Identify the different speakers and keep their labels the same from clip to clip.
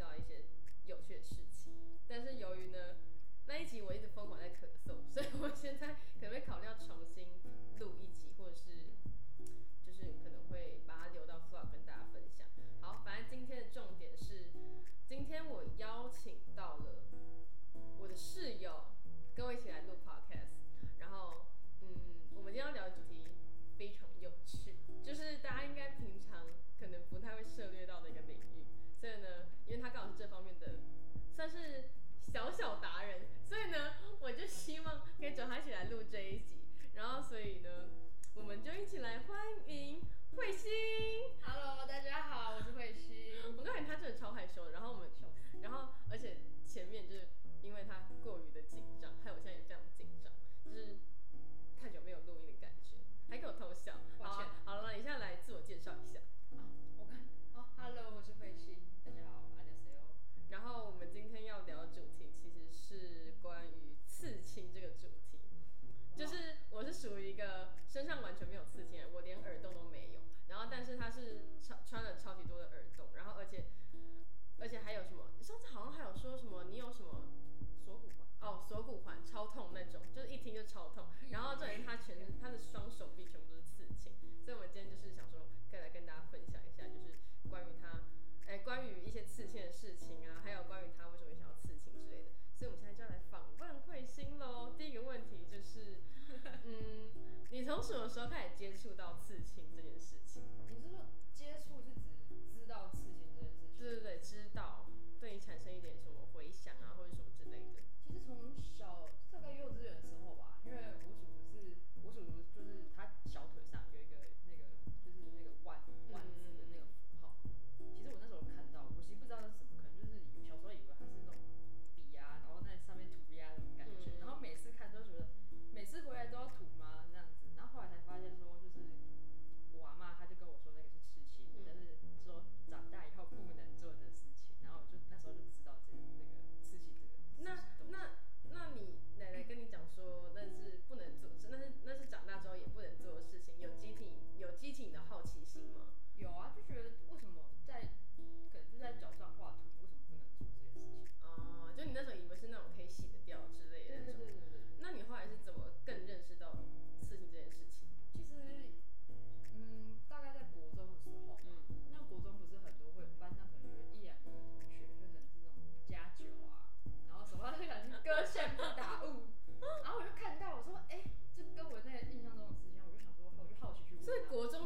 Speaker 1: 嗯所以呢，我们就一起来欢迎慧心。
Speaker 2: Hello，大家好，我是慧心。
Speaker 1: 我告诉你，他真的超害羞的。然后我们，然后而且前面就是因为他过于的紧张，还有我现在也非常紧张，就是太久没有录音的感觉，还给我偷笑。
Speaker 2: 抱
Speaker 1: 好
Speaker 2: 歉
Speaker 1: 啊，好了，你现在来自我介绍一下。
Speaker 2: 啊，我看哦，Hello，我是慧心。大家好，안녕하세요。
Speaker 1: 然后我们今天要聊的主题其实是关于刺青这个主题，就是我是属于一个身上完全没有刺青的人，我连耳洞都没有。然后，但是他是超穿了超级多的耳洞，然后而且而且还有什么？上次好像还有说什么你有什么
Speaker 2: 锁骨吧。
Speaker 1: 哦锁骨环超痛那种，就是一听就超痛。然后这人他全身他的双手臂全部都是刺青，所以我们今天就是想说可以来跟大家分享一下，就是关于他哎关于一些刺青的事情啊，还有关于他为什么想要刺青之类的。所以我们现在就要来访问慧心喽。第一个问题就是，嗯，你从什么时候开始接触到刺青这件事情？
Speaker 2: 你是说接触是指知道刺青这件事情？
Speaker 1: 对对对，知道对你产生一点什么回响啊，或者什么之类的。
Speaker 2: 其实从小大概幼稚园的时候吧，因为我叔叔是，我叔叔就是他小腿上有一个那个就是那个腕腕字的那个符号。其实我那时候看到，我其实不知道那是什么，可能就是以为小时候以为它是那种笔啊，然后在上面涂鸦那种感觉。
Speaker 1: 嗯
Speaker 2: 然后每次看都觉得，每次回来都要涂吗？那样子。然后后来才发现说，就是我阿妈她就跟我说那个是刺青，
Speaker 1: 嗯
Speaker 2: 但是说长大以后不能做的事情。然后我就那时候就知道这个那个刺青这个。
Speaker 1: 那那那你
Speaker 2: 啊哦嗯啊
Speaker 1: 哎呃哦啊
Speaker 2: 啊嗯嗯嗯啊哦呃啊
Speaker 1: 嗯嗯
Speaker 2: 啊嗯呃呃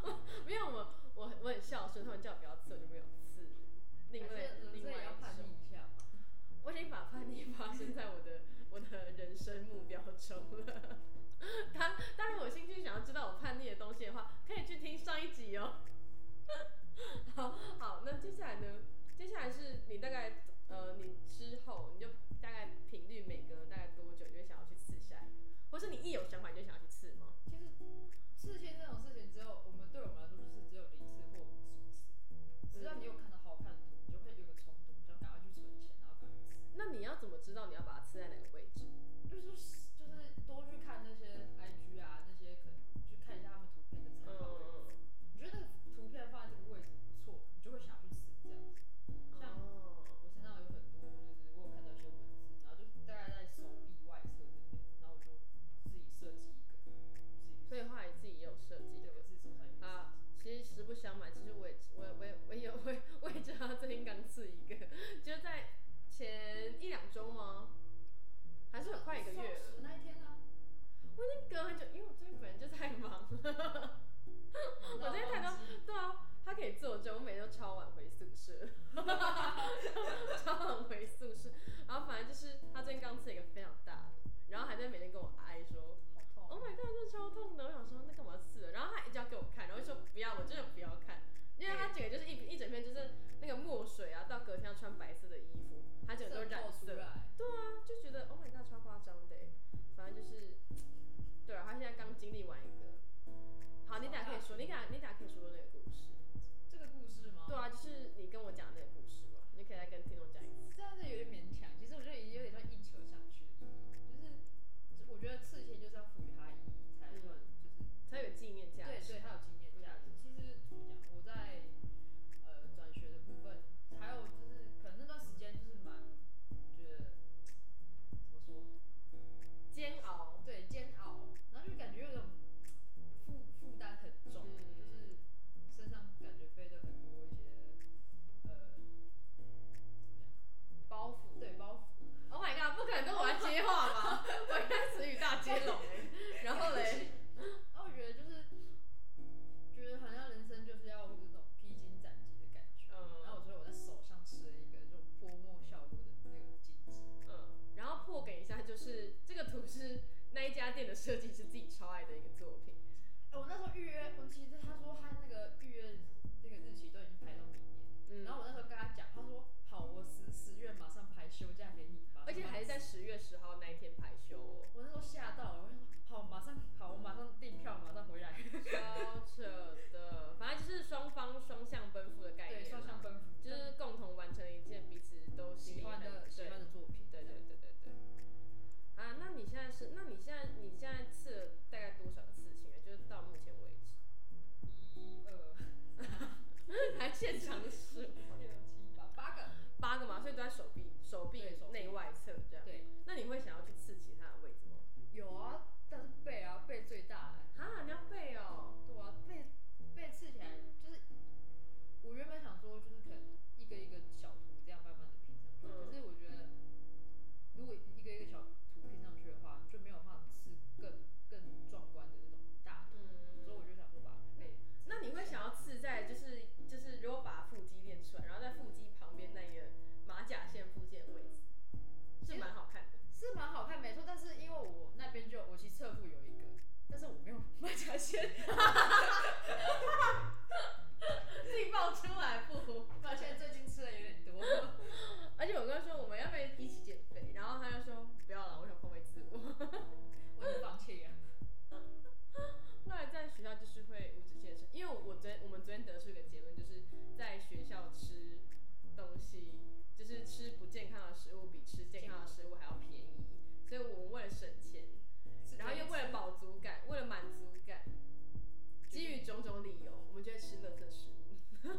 Speaker 1: 嗯哦 啊哎 哦 呃嗯哦啊
Speaker 2: 哦嗯呃啊呃 哦嗯啊
Speaker 1: 快一个月了。
Speaker 2: 那一天呢？
Speaker 1: 我已经隔很久，因为我最近本人就太忙了。 我
Speaker 2: 我
Speaker 1: 今天才刚，对啊，他可以作证，我每天都超晚回宿舍， 超晚回宿舍。然后反正就是他最近刚吃一个非常大的，然后还在每天跟我哀说
Speaker 2: 好痛
Speaker 1: ，Oh my god，这超痛的。我想说那干嘛刺了？然后他一直要给我看，然后就说不要，我真的不要看，因为他整个就是一一整片就是那个墨水啊，到隔天要穿白色的衣服，他整个都染
Speaker 2: 渗透
Speaker 1: 色
Speaker 2: 出。来，啊
Speaker 1: 就觉得 Oh my god，超夸张的欸，反正就是，对啊，他现在刚经历完一个。好，你俩可以说，你俩你俩可以说说那个故事。
Speaker 2: 这个故事吗？
Speaker 1: 对啊，就是你跟我讲的那个故事嘛，你就可以再跟听众讲一次。
Speaker 2: 这样子有点勉强。其实我觉得已经有点像硬扯上去了，就是我觉得刺青就是要赋予它意义，
Speaker 1: 嗯
Speaker 2: 才算就是
Speaker 1: 才有纪念价
Speaker 2: 对
Speaker 1: 值。
Speaker 2: 对，它有纪念价值。其实怎么讲，我在呃转学的部分，还有就是可能那段时间就是蛮觉得怎么说，
Speaker 1: 煎熬。
Speaker 2: 对煎熬，然后就感觉有种负负担很重，
Speaker 1: 嗯
Speaker 2: 就是身上感觉背着很多一些呃
Speaker 1: 包
Speaker 2: 怎
Speaker 1: 袱。
Speaker 2: 么讲，对包袱。
Speaker 1: Oh my god，不可能跟我来接话 吧？我应该词语大接龙欸然后嘞，
Speaker 2: 然后我觉得就是觉得好像人生就是要有这种披荆斩棘的感觉。
Speaker 1: 嗯
Speaker 2: 然后我说我在手上吃了一个这种泼墨效果的那个荆棘。
Speaker 1: 嗯，然后破梗一下，就是这个图是那一家店的设计师自己超爱的一个作品。
Speaker 2: 哎，我那时候预约，我其实他说他那个预约那个日期都已经排到明年了。
Speaker 1: 嗯
Speaker 2: 然后我那时候跟他讲，他说好，我十十月马上排休假给你吧。
Speaker 1: 而且还是在十月十号那一天排休哦。
Speaker 2: 我那时候吓到了，我就说好，马上好，我马上订票，马上回来。
Speaker 1: 超扯的，反正就是双方双向奔赴的概念啦，
Speaker 2: 对，双向奔赴，
Speaker 1: 就是共同完成了一件彼此都心里
Speaker 2: 喜欢的
Speaker 1: 很
Speaker 2: 喜
Speaker 1: 对
Speaker 2: 欢的作品。
Speaker 1: 对对对对对。啊，那你现在是？那你现在你现在刺了大概多少次青了？就是到目前为止，
Speaker 2: 一二
Speaker 1: 还现场数
Speaker 2: 六七八八个。
Speaker 1: 八个嘛，所以都在手臂、手臂
Speaker 2: 对手臂
Speaker 1: 内外侧这样。
Speaker 2: 对，
Speaker 1: 那你会想要去刺其他的位置吗？
Speaker 2: 有啊，但是背啊，背最大了。
Speaker 1: 啊，你要背哦。
Speaker 2: 对啊，背背刺起来就是，我原本想说就是可能一个一个小图这样慢慢的拼上去，
Speaker 1: 嗯
Speaker 2: 可是我觉得如果一个一个小图拼上去的话，就没有办法刺更更壮观的那种大图，所以
Speaker 1: 嗯。
Speaker 2: 我就想说把背。
Speaker 1: 那你会想要刺在就是就是如果把腹肌练出来，然后在腹肌旁边那个马甲线附近的位置，是蛮好看的。
Speaker 2: 是蛮好看没错，但是因为我那边就我其实侧腹有一个，但是我没有马甲 线，
Speaker 1: 自己爆出来不？
Speaker 2: 而且最近吃的有点多。
Speaker 1: 而且我跟他说我们要不要一起减肥，然后他就说不要了，我想放飞自我。
Speaker 2: 我已经放弃了。
Speaker 1: 后来在学校就是会无止境地吃，因为我昨天我们昨天得出一个结论，就是在学校吃东西，就是吃不健康的食物比吃健康的食物还要便宜，所以我们为了省钱，然后又为了饱足感，为了满足感，基于种种理由，我们就会吃垃圾食物，
Speaker 2: 但是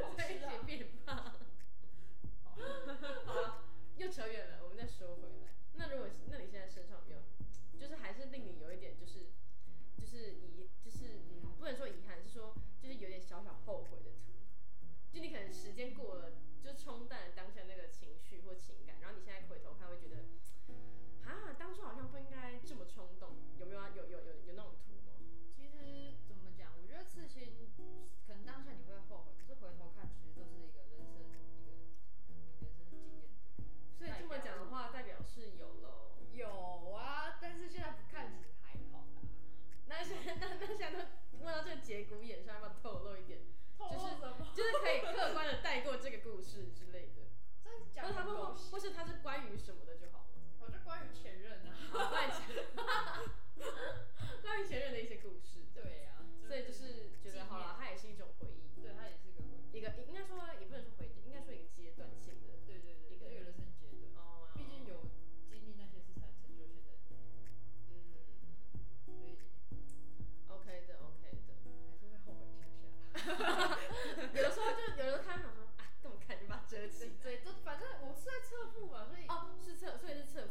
Speaker 2: 不好
Speaker 1: 在一
Speaker 2: 吃
Speaker 1: 起
Speaker 2: 啊。
Speaker 1: 变胖。好了，又扯远了，我们再说回来。那如果那你现在身上有没有，就是还是令你有一点就是就是遗就是嗯，不能说遗憾，是说就是有点小小后悔的图。就你可能时间过了，就冲淡了当下那个情绪或情感，然后你现在回头看会觉得，啊，当初好像不应该这么冲动，有没有啊？有有有有那种图吗？
Speaker 2: 其实怎么讲，我觉得刺青可能当下你会后悔，可是回头看其实都是一个人生一个你人生的经验。
Speaker 1: 所以这么讲的话，代表是有喽。
Speaker 2: 有啊，但是现在不看其实还好啦。
Speaker 1: 那现在那那现在都问到这个节骨眼上，要不要透露一点？
Speaker 2: 就是什么？
Speaker 1: 就是可以客观的带过这个故事之类的，
Speaker 2: 这样
Speaker 1: 或
Speaker 2: 讲
Speaker 1: 者他
Speaker 2: 很
Speaker 1: 会
Speaker 2: 狗
Speaker 1: 或
Speaker 2: 血。
Speaker 1: 或是他是关于什么的就好 了。
Speaker 2: 我就关于前任啊。
Speaker 1: 好，关于前关于前任的一些故事，
Speaker 2: 对啊，
Speaker 1: 所以就是觉得好了，它也是一种回忆，
Speaker 2: 对他也是个回忆。
Speaker 1: 一个应该说也不能说回忆，应该说一个阶段性的。
Speaker 2: 对对对，
Speaker 1: 一
Speaker 2: 一
Speaker 1: 个
Speaker 2: 个人生阶段。
Speaker 1: 哦
Speaker 2: 毕竟有经历那些事才成就现在的我，
Speaker 1: 嗯
Speaker 2: 所以
Speaker 1: ，OK 的 OK 的。
Speaker 2: 还是会后悔一下下。
Speaker 1: 有的时 候就有的时候看想说，啊，干嘛看就把它遮起
Speaker 2: 对，
Speaker 1: 来。
Speaker 2: 对，都反正我是在侧腹嘛，所以
Speaker 1: 哦，是侧嗯哦
Speaker 2: 啊哎啊啊呃哦
Speaker 1: 哦哦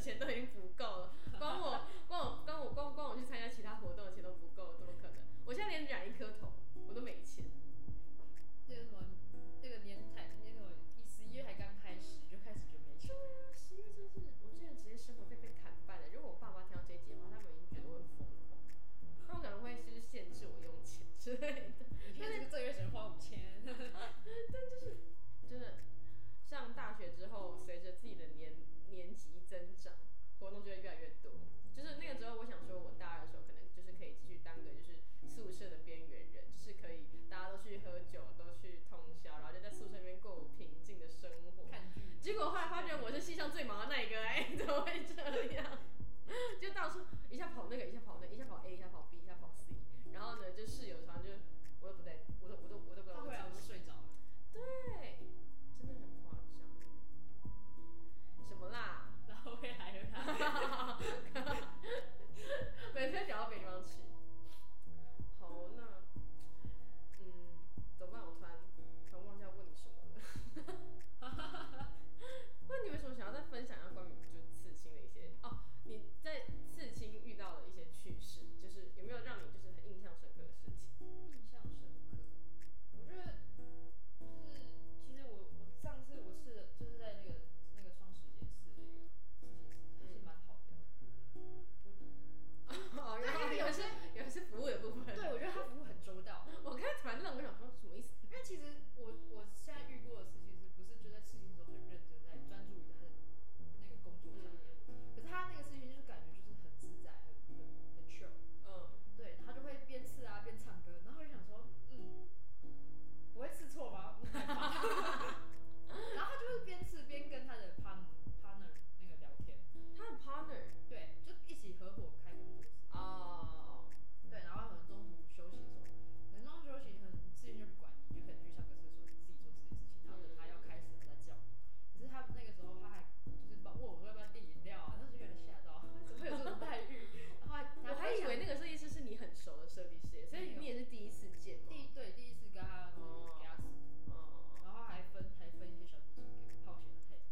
Speaker 1: 钱都已经不够了，光我光我光我光光我去参加其他活动的钱都不够，怎么可能？我现在连染一颗头我都没钱。
Speaker 2: 那个什么，那个年才那个一十一月还刚开始就开始觉得没钱，
Speaker 1: 十月真是，我之前直接生活费被砍半了。如果我爸妈听到这一集的话，他们一定觉得我很疯狂，他们可能会就是限制我用钱之类的。
Speaker 2: 你看这个这个月只能花五千，
Speaker 1: 真的，上大学之后，随着自己的年年级增长，活动就会越来越多。就是那个时候，我想说，我大二的时候可能就是可以继续当个就是宿舍的边缘人，就是可以大家都去喝酒，都去通宵，然后就在宿舍里面过平静的生活。
Speaker 2: 看剧。
Speaker 1: 结果后来发觉我是系上最忙的那一个，哎，怎么会这样？ 就到处一下跑那个，一下跑那个，一下跑 A，一下跑 B，一下跑 C，然后呢，就室友常常就我都不在，我都我都我都不知
Speaker 2: 他
Speaker 1: 道
Speaker 2: 回来我
Speaker 1: 我
Speaker 2: 就睡着了。
Speaker 1: 对，真的很夸张。什么啦？
Speaker 2: 然后回来了，然后
Speaker 1: 每天讲到别地方去。好，那嗯，怎么办？我突然突然忘记要问你什么了。 那你有什么想要再分享一下关于就是刺青的一些哦？你在刺青遇到的一些趣事，就是有没有让你就是很印象深刻的事情？
Speaker 2: 印象深刻。我觉得就是，其实我我上次我试的就是在那个那个双十节试的一个刺青师，还是蛮好聊的。
Speaker 1: 哦， 然后
Speaker 2: 对
Speaker 1: 有
Speaker 2: 因为有
Speaker 1: 些
Speaker 2: 些
Speaker 1: 有些服务的部分。
Speaker 2: 对，我觉得他服务很周到。
Speaker 1: 我刚才突然愣，我想说什么意思？
Speaker 2: 因为其实我我现在遇过的事情是不是就在事情中很认真，在专注于他的那个工作上面？可是他那个事情就是感觉就是很自在，很很很 chill。
Speaker 1: 嗯，
Speaker 2: 对，他就会边刺啊边唱歌，然后我就想说，嗯，不会刺错吗？我害怕 然后他就会边刺边跟他的 partner partner 那个聊天，
Speaker 1: 他很 partner
Speaker 2: 对，就一起合伙开工作室。
Speaker 1: 哦，
Speaker 2: 对，然后可能中途休息的时候，可能中途休息，可能事情就不管你，你就可能去上个厕所，你自己做自己的事情，然后等他要开始了再叫你。可是他那个时候他还就是把问我说要不要订饮料啊，那时候有点吓到， 怎么会有这种待遇？然后还
Speaker 1: 我还以为那
Speaker 2: 个
Speaker 1: 个设计师是你很熟的设计师耶，所以你也是第一次见吗？
Speaker 2: 第对第一次跟他
Speaker 1: 哦
Speaker 2: 给他吃，
Speaker 1: 哦，
Speaker 2: 然后还分还分一些小点心给我，怕我写的太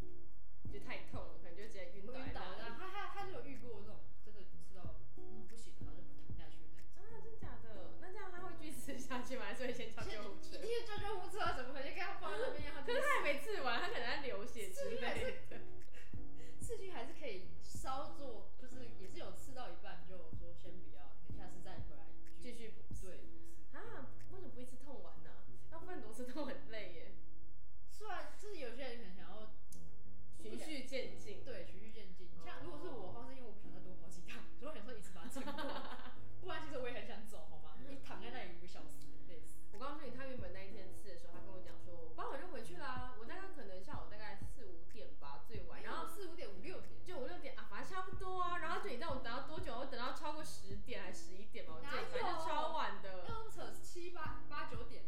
Speaker 2: 低，
Speaker 1: 就太痛了，可能就直接晕倒
Speaker 2: 我
Speaker 1: 在
Speaker 2: 晕倒
Speaker 1: 那
Speaker 2: 了。
Speaker 1: 里。啊
Speaker 2: 然后他他他就有遇过那种真的吃到嗯不行了，然后就躺下去的那种。
Speaker 1: 啊，真假的？那这样他会继续吃下去吗？还是会先叫救护车
Speaker 2: 一？定救救护车啊，怎么可能就跟他放在那边让
Speaker 1: 可
Speaker 2: 他
Speaker 1: 是他还没吃完，他可能在流血之类
Speaker 2: 是
Speaker 1: 的。
Speaker 2: 刺青还是可以稍作，就是也是有刺到一半就说先不要，等下次再回来
Speaker 1: 继续补
Speaker 2: 对。
Speaker 1: 啊，为什么不一次痛完呢、要不然多次痛很累耶。
Speaker 2: 虽然就是有些人可能想要
Speaker 1: 循序渐进。
Speaker 2: 对循序渐进，像如果是我的话，是因为我不想再多跑几趟，所以我想说一次把它撑过。不然其实我也很想走，好吗？你躺在那里五个小时，累死。
Speaker 1: 我告诉你，他原本那一天刺的时候，他跟我讲说，我傍晚就回去啦，我大概可能下午哎啊哎啊哦
Speaker 2: 啊哦啊
Speaker 1: 呃
Speaker 2: 嗯啊啊
Speaker 1: 哦
Speaker 2: 嗯
Speaker 1: 哦嗯哦 啊哎
Speaker 2: 嗯呃啊呃啊 呃哦啊
Speaker 1: 哦呃哎
Speaker 2: 啊啊哎啊哦
Speaker 1: 哦
Speaker 2: 啊啊
Speaker 1: 哎 嗯
Speaker 2: 啊啊啊哎
Speaker 1: 哦啊哦啊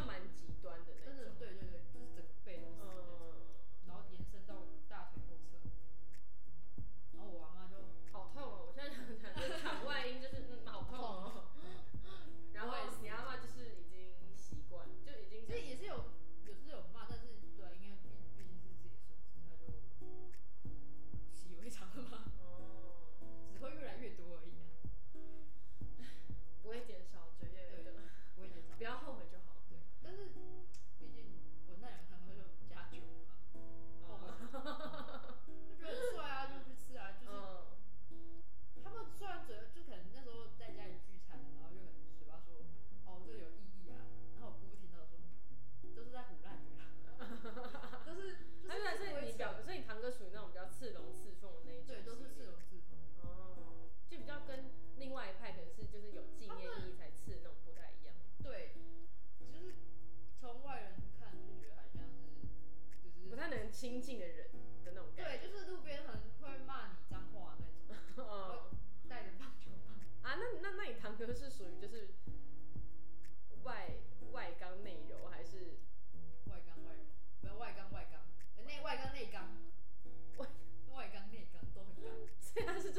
Speaker 1: 嗯啊哦嗯哎哦哎 哎 啊欸 啊啊啊啊啊哦
Speaker 2: 啊啊啊哎哦啊呃啊啊啊 啊哦
Speaker 1: 嗯
Speaker 2: 哦嗯
Speaker 1: 嗯哦嗯
Speaker 2: 哦啊
Speaker 1: 哦
Speaker 2: 啊
Speaker 1: 哦嗯
Speaker 2: 啊哦啊
Speaker 1: 啊哦哦啊
Speaker 2: 呃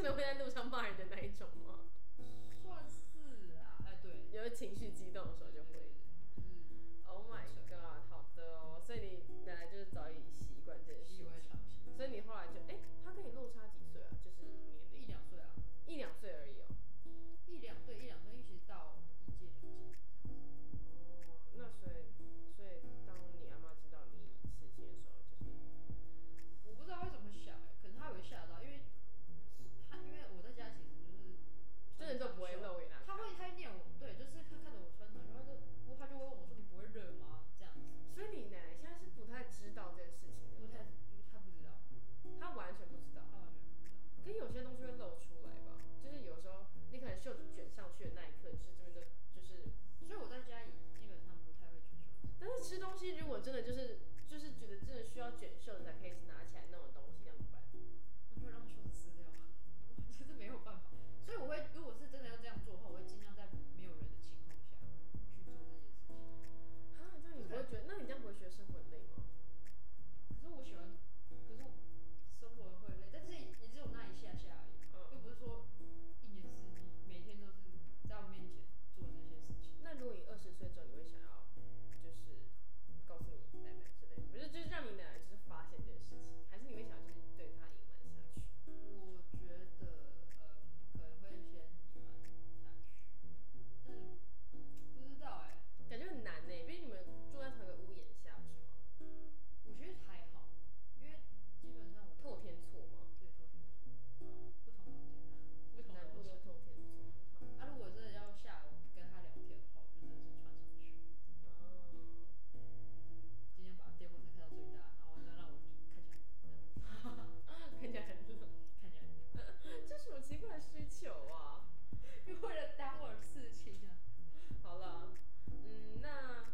Speaker 1: 的会在路上骂人的那一种吗？
Speaker 2: 算是啊，哎，对，
Speaker 1: 有情绪激动的时候就会。
Speaker 2: 嗯，
Speaker 1: Oh my god，好的哦，所以你本来就是早已习惯这件事
Speaker 2: 习以
Speaker 1: 情，
Speaker 2: 为常，
Speaker 1: 所以你后来就哎、他跟你落差几岁啊？就是年
Speaker 2: 一
Speaker 1: 龄
Speaker 2: 两岁啊，
Speaker 1: 一两岁而已哦。
Speaker 2: 一两对一两岁，一起到一届
Speaker 1: 哦，
Speaker 2: 两届这样子。
Speaker 1: 那所以所以当你阿妈知道你事情的时候，就是
Speaker 2: 我不知道他会怎么想哎、可能他也会吓到，因为他因为我在家其实就是
Speaker 1: 真的都不会露给他看。
Speaker 2: 他会他会念我，对，就是他看着我穿长袖，他就不他就会问我说你不会热吗？这样子，
Speaker 1: 所以你奶奶现在是不太知道这件事情
Speaker 2: 不
Speaker 1: 的，
Speaker 2: 太他不知道，
Speaker 1: 她完全不知道
Speaker 2: 他。完全不知道。
Speaker 1: 可是有些东西会露出来吧，就是有时候你可能袖子卷上去的那一刻，就是这边的，就是。
Speaker 2: 所以我在家基本上不太会卷袖子，
Speaker 1: 但是吃东西如果真的就是就是觉得真的需要卷袖子才可以拿起来那种东西，那怎么办？
Speaker 2: 那就让袖子撕掉啊，我就是没有办法。所以我会，如果是真的要这样做的话，我会尽量在没有人的情况下去做这件事情。
Speaker 1: 啊，这样你不会觉得？那你这样不会觉得生活很累吗？
Speaker 2: 可是我喜欢，可是我生活会累，但是也只有那一下下而已，又
Speaker 1: 嗯。
Speaker 2: 不是说一年四季每天都是在我面前做这些事情。
Speaker 1: 那如果你二十岁之后，你会想要就是告诉你奶奶之类的，不是就是让你奶奶就是发现这件事情，还是你会想就是对她隐瞒下去？
Speaker 2: 我觉得，嗯，可能会先隐瞒下去，但是不知道哎、
Speaker 1: 感觉很难呢、因为你们住在同一个屋檐下，不是吗？
Speaker 2: 我觉得还好，因为基本上我
Speaker 1: 透天错吗？
Speaker 2: 对透天不同房间，不同
Speaker 1: 南
Speaker 2: 楼
Speaker 1: 部都。
Speaker 2: 层
Speaker 1: 透哦天错。
Speaker 2: 啊，如果真的要下楼跟他聊天的话，我就真的是穿上去。
Speaker 1: 哦，
Speaker 2: 就是今天把电风扇开到最大，然后再让我看起来
Speaker 1: 看起来很冷，
Speaker 2: 看起来很 冷，
Speaker 1: 这什么奇怪的需求啊？
Speaker 2: 因为为了耽误我的事情啊。
Speaker 1: 好了，嗯，那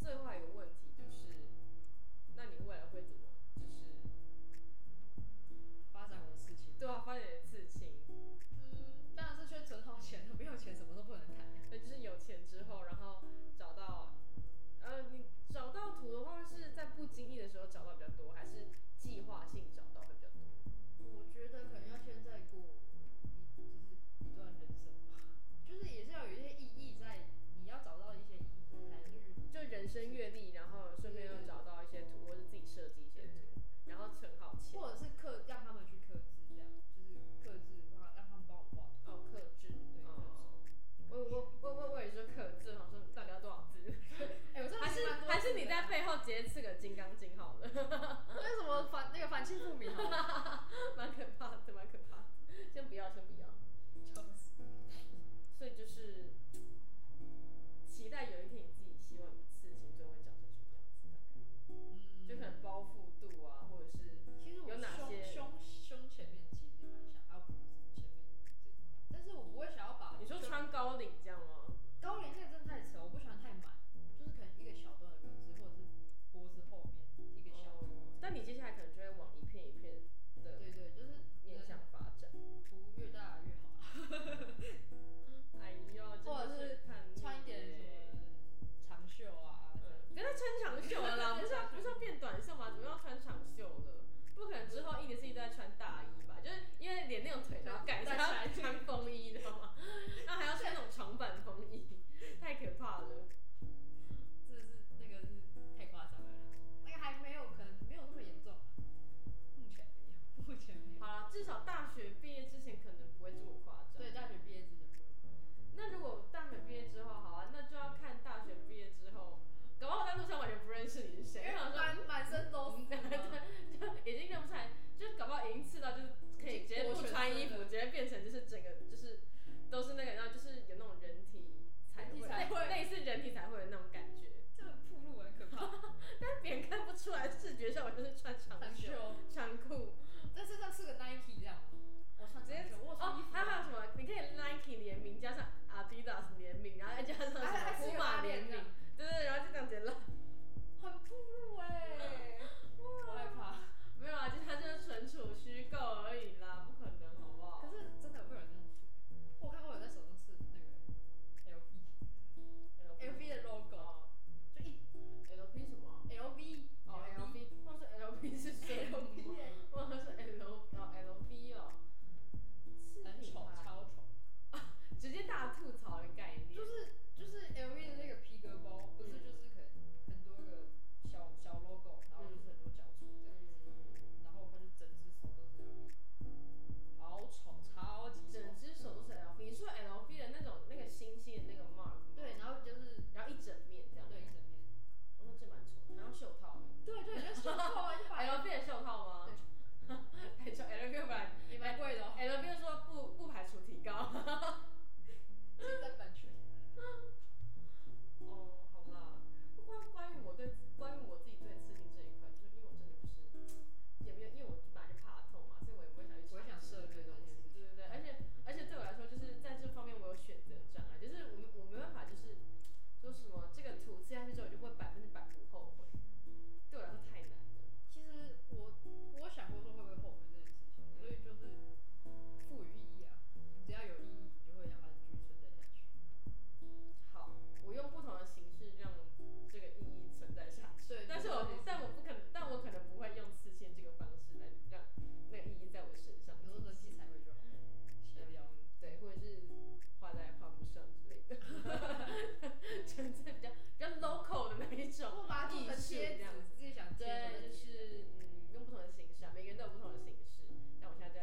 Speaker 1: 最后还有一个问题就是，那你未来会怎么？就是
Speaker 2: 发展我的事情，
Speaker 1: 对啊，发展你的刺青，
Speaker 2: 嗯，当然是先存好钱，啊没有钱什么都不能谈。
Speaker 1: 对，就是有钱之后，然后找到，呃，你找到图的话是在不经意的时候找到比较多，还是计划性找到会比较多？
Speaker 2: 我觉得可能要先再过一就是一段人生吧，就是也是要有一些意义在，你要找到一些意义来去。
Speaker 1: 就人生阅嗯历，然后顺便又找到一些图，或者自己设计一些图，然后存好钱。
Speaker 2: 或者是克让他们去克制，这样就是克制，让让他们帮我画图。
Speaker 1: 哦，克制，
Speaker 2: 对克制
Speaker 1: 哦。我我我我我也说克制，我想说到底要多少字？
Speaker 2: 哎、我真的
Speaker 1: 还是
Speaker 2: 蛮多
Speaker 1: 还是你
Speaker 2: 字的
Speaker 1: 在背后直接刺个金刚经好了，
Speaker 2: 那什么反那个反清复明好了，
Speaker 1: 蛮可怕的，蛮可怕的。先不要，先不要。
Speaker 2: 笑死
Speaker 1: 所以就是期待有一天你自己希望你的刺青最后会长成什么样子，大概
Speaker 2: 嗯
Speaker 1: 就可能包覆度啊，或者是
Speaker 2: 其实我
Speaker 1: 有哪
Speaker 2: 胸
Speaker 1: 些
Speaker 2: 胸胸前面其实蛮想要脖子前面这一块，啊但是我不会想要把
Speaker 1: 你说
Speaker 2: 就
Speaker 1: 穿高领这样啊吗？
Speaker 2: 高领那个真的太扯，我不喜欢太满，就是可能一个小段的轮子，或者是脖子后面一个小段。
Speaker 1: 哦，但你接下来可能就会往一片一片的
Speaker 2: 对对，就是
Speaker 1: 面
Speaker 2: 能
Speaker 1: 向发展。
Speaker 2: 图越大越好啦，
Speaker 1: 哎呦，真
Speaker 2: 或
Speaker 1: 的
Speaker 2: 者是
Speaker 1: 看腻
Speaker 2: 穿一点什
Speaker 1: 耶
Speaker 2: 么长袖啊，
Speaker 1: 嗯，不要再穿长袖了 啦，不是要不是要变短袖吗？怎么要穿长袖了？不可能之后一年四季都在穿大衣吧？就是因为连那种腿都要盖，所以要穿风衣，你知道吗？ 然后还要穿那种长版风衣， 太可怕了。
Speaker 2: 这是那个是太夸张了啦，那个还没有，可能没有那么严重啊，目前没有，目前没有。
Speaker 1: 好啦，至少大学毕业之前可能不会这么夸张。
Speaker 2: 对，大学毕业之前不会。
Speaker 1: 那如果大学毕业之后，好啊，那就要看大学毕业之后，搞不好我在路上完全不认识你是谁，
Speaker 2: 因
Speaker 1: 因
Speaker 2: 为
Speaker 1: 为好像
Speaker 2: 满满身都是
Speaker 1: 对 就已经认不出来，就搞不好已经刺到就是可以直接不穿衣服，直接变成就是整个就是都是那个，然后就是有那种人体彩绘，
Speaker 2: 人体彩绘
Speaker 1: 类类似人体彩绘的那种感觉，
Speaker 2: 这个铺路很可怕。
Speaker 1: 但别人看不出来，视觉上我就是穿长
Speaker 2: 长
Speaker 1: 袖、
Speaker 2: 袖，
Speaker 1: 长裤，
Speaker 2: 但是上是个 Nike 这样吗？我穿
Speaker 1: 直接
Speaker 2: 长袖，我穿衣
Speaker 1: 哦，
Speaker 2: 服
Speaker 1: 还有还有
Speaker 2: 啊。
Speaker 1: 什么？你可以 Nike 联名加上 Adidas 联名，然后再加上什
Speaker 2: 还
Speaker 1: 么
Speaker 2: 还是
Speaker 1: 普
Speaker 2: 有
Speaker 1: 马
Speaker 2: 拉
Speaker 1: 联
Speaker 2: 链这
Speaker 1: 名
Speaker 2: 样，
Speaker 1: 对对对，然后就这样子拉，
Speaker 2: 很铺路哎，我害怕。
Speaker 1: 没有啊，就是它就是纯属虚构而已啦，不可能好不好？
Speaker 2: 可是真的会有人这样刺，我看过有在手上刺那个
Speaker 1: 哦 LP 什么啊？哦，LV，我说 LV 是什么？ 我说 L 哦，LV 哦，刺嗯哎
Speaker 2: LV，LV 的 logo，就一 LV LV 哎嗯嗯 哦
Speaker 1: 哦
Speaker 2: 啊
Speaker 1: 嗯啊嗯啊啊 啊
Speaker 2: 嗯
Speaker 1: 嗯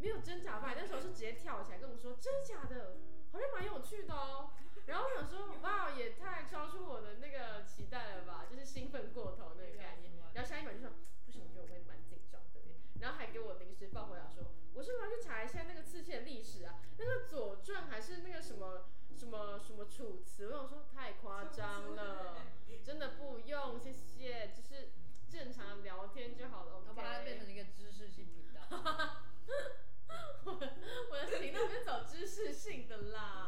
Speaker 1: 有挣扎吧，那时候是直接跳起来跟我说真的假的，好像蛮有趣的哦。然后我想说，哇，也太超出我的那个期待了吧，就是兴奋过头那个概念。然后下一秒就说不行，我觉得我会蛮紧张的耶。然后还给我临时抱回来说，我是不是要去查一下那个刺青的历史啊？那个《左传》还是那个什么什么什么《楚辞》？我想说太夸张 了，真的不用，谢谢，只是正常聊天就好了。
Speaker 2: 我把它
Speaker 1: OK
Speaker 2: 变成一个知识性频道。
Speaker 1: 我的频道不是走知识性的啦，啊啊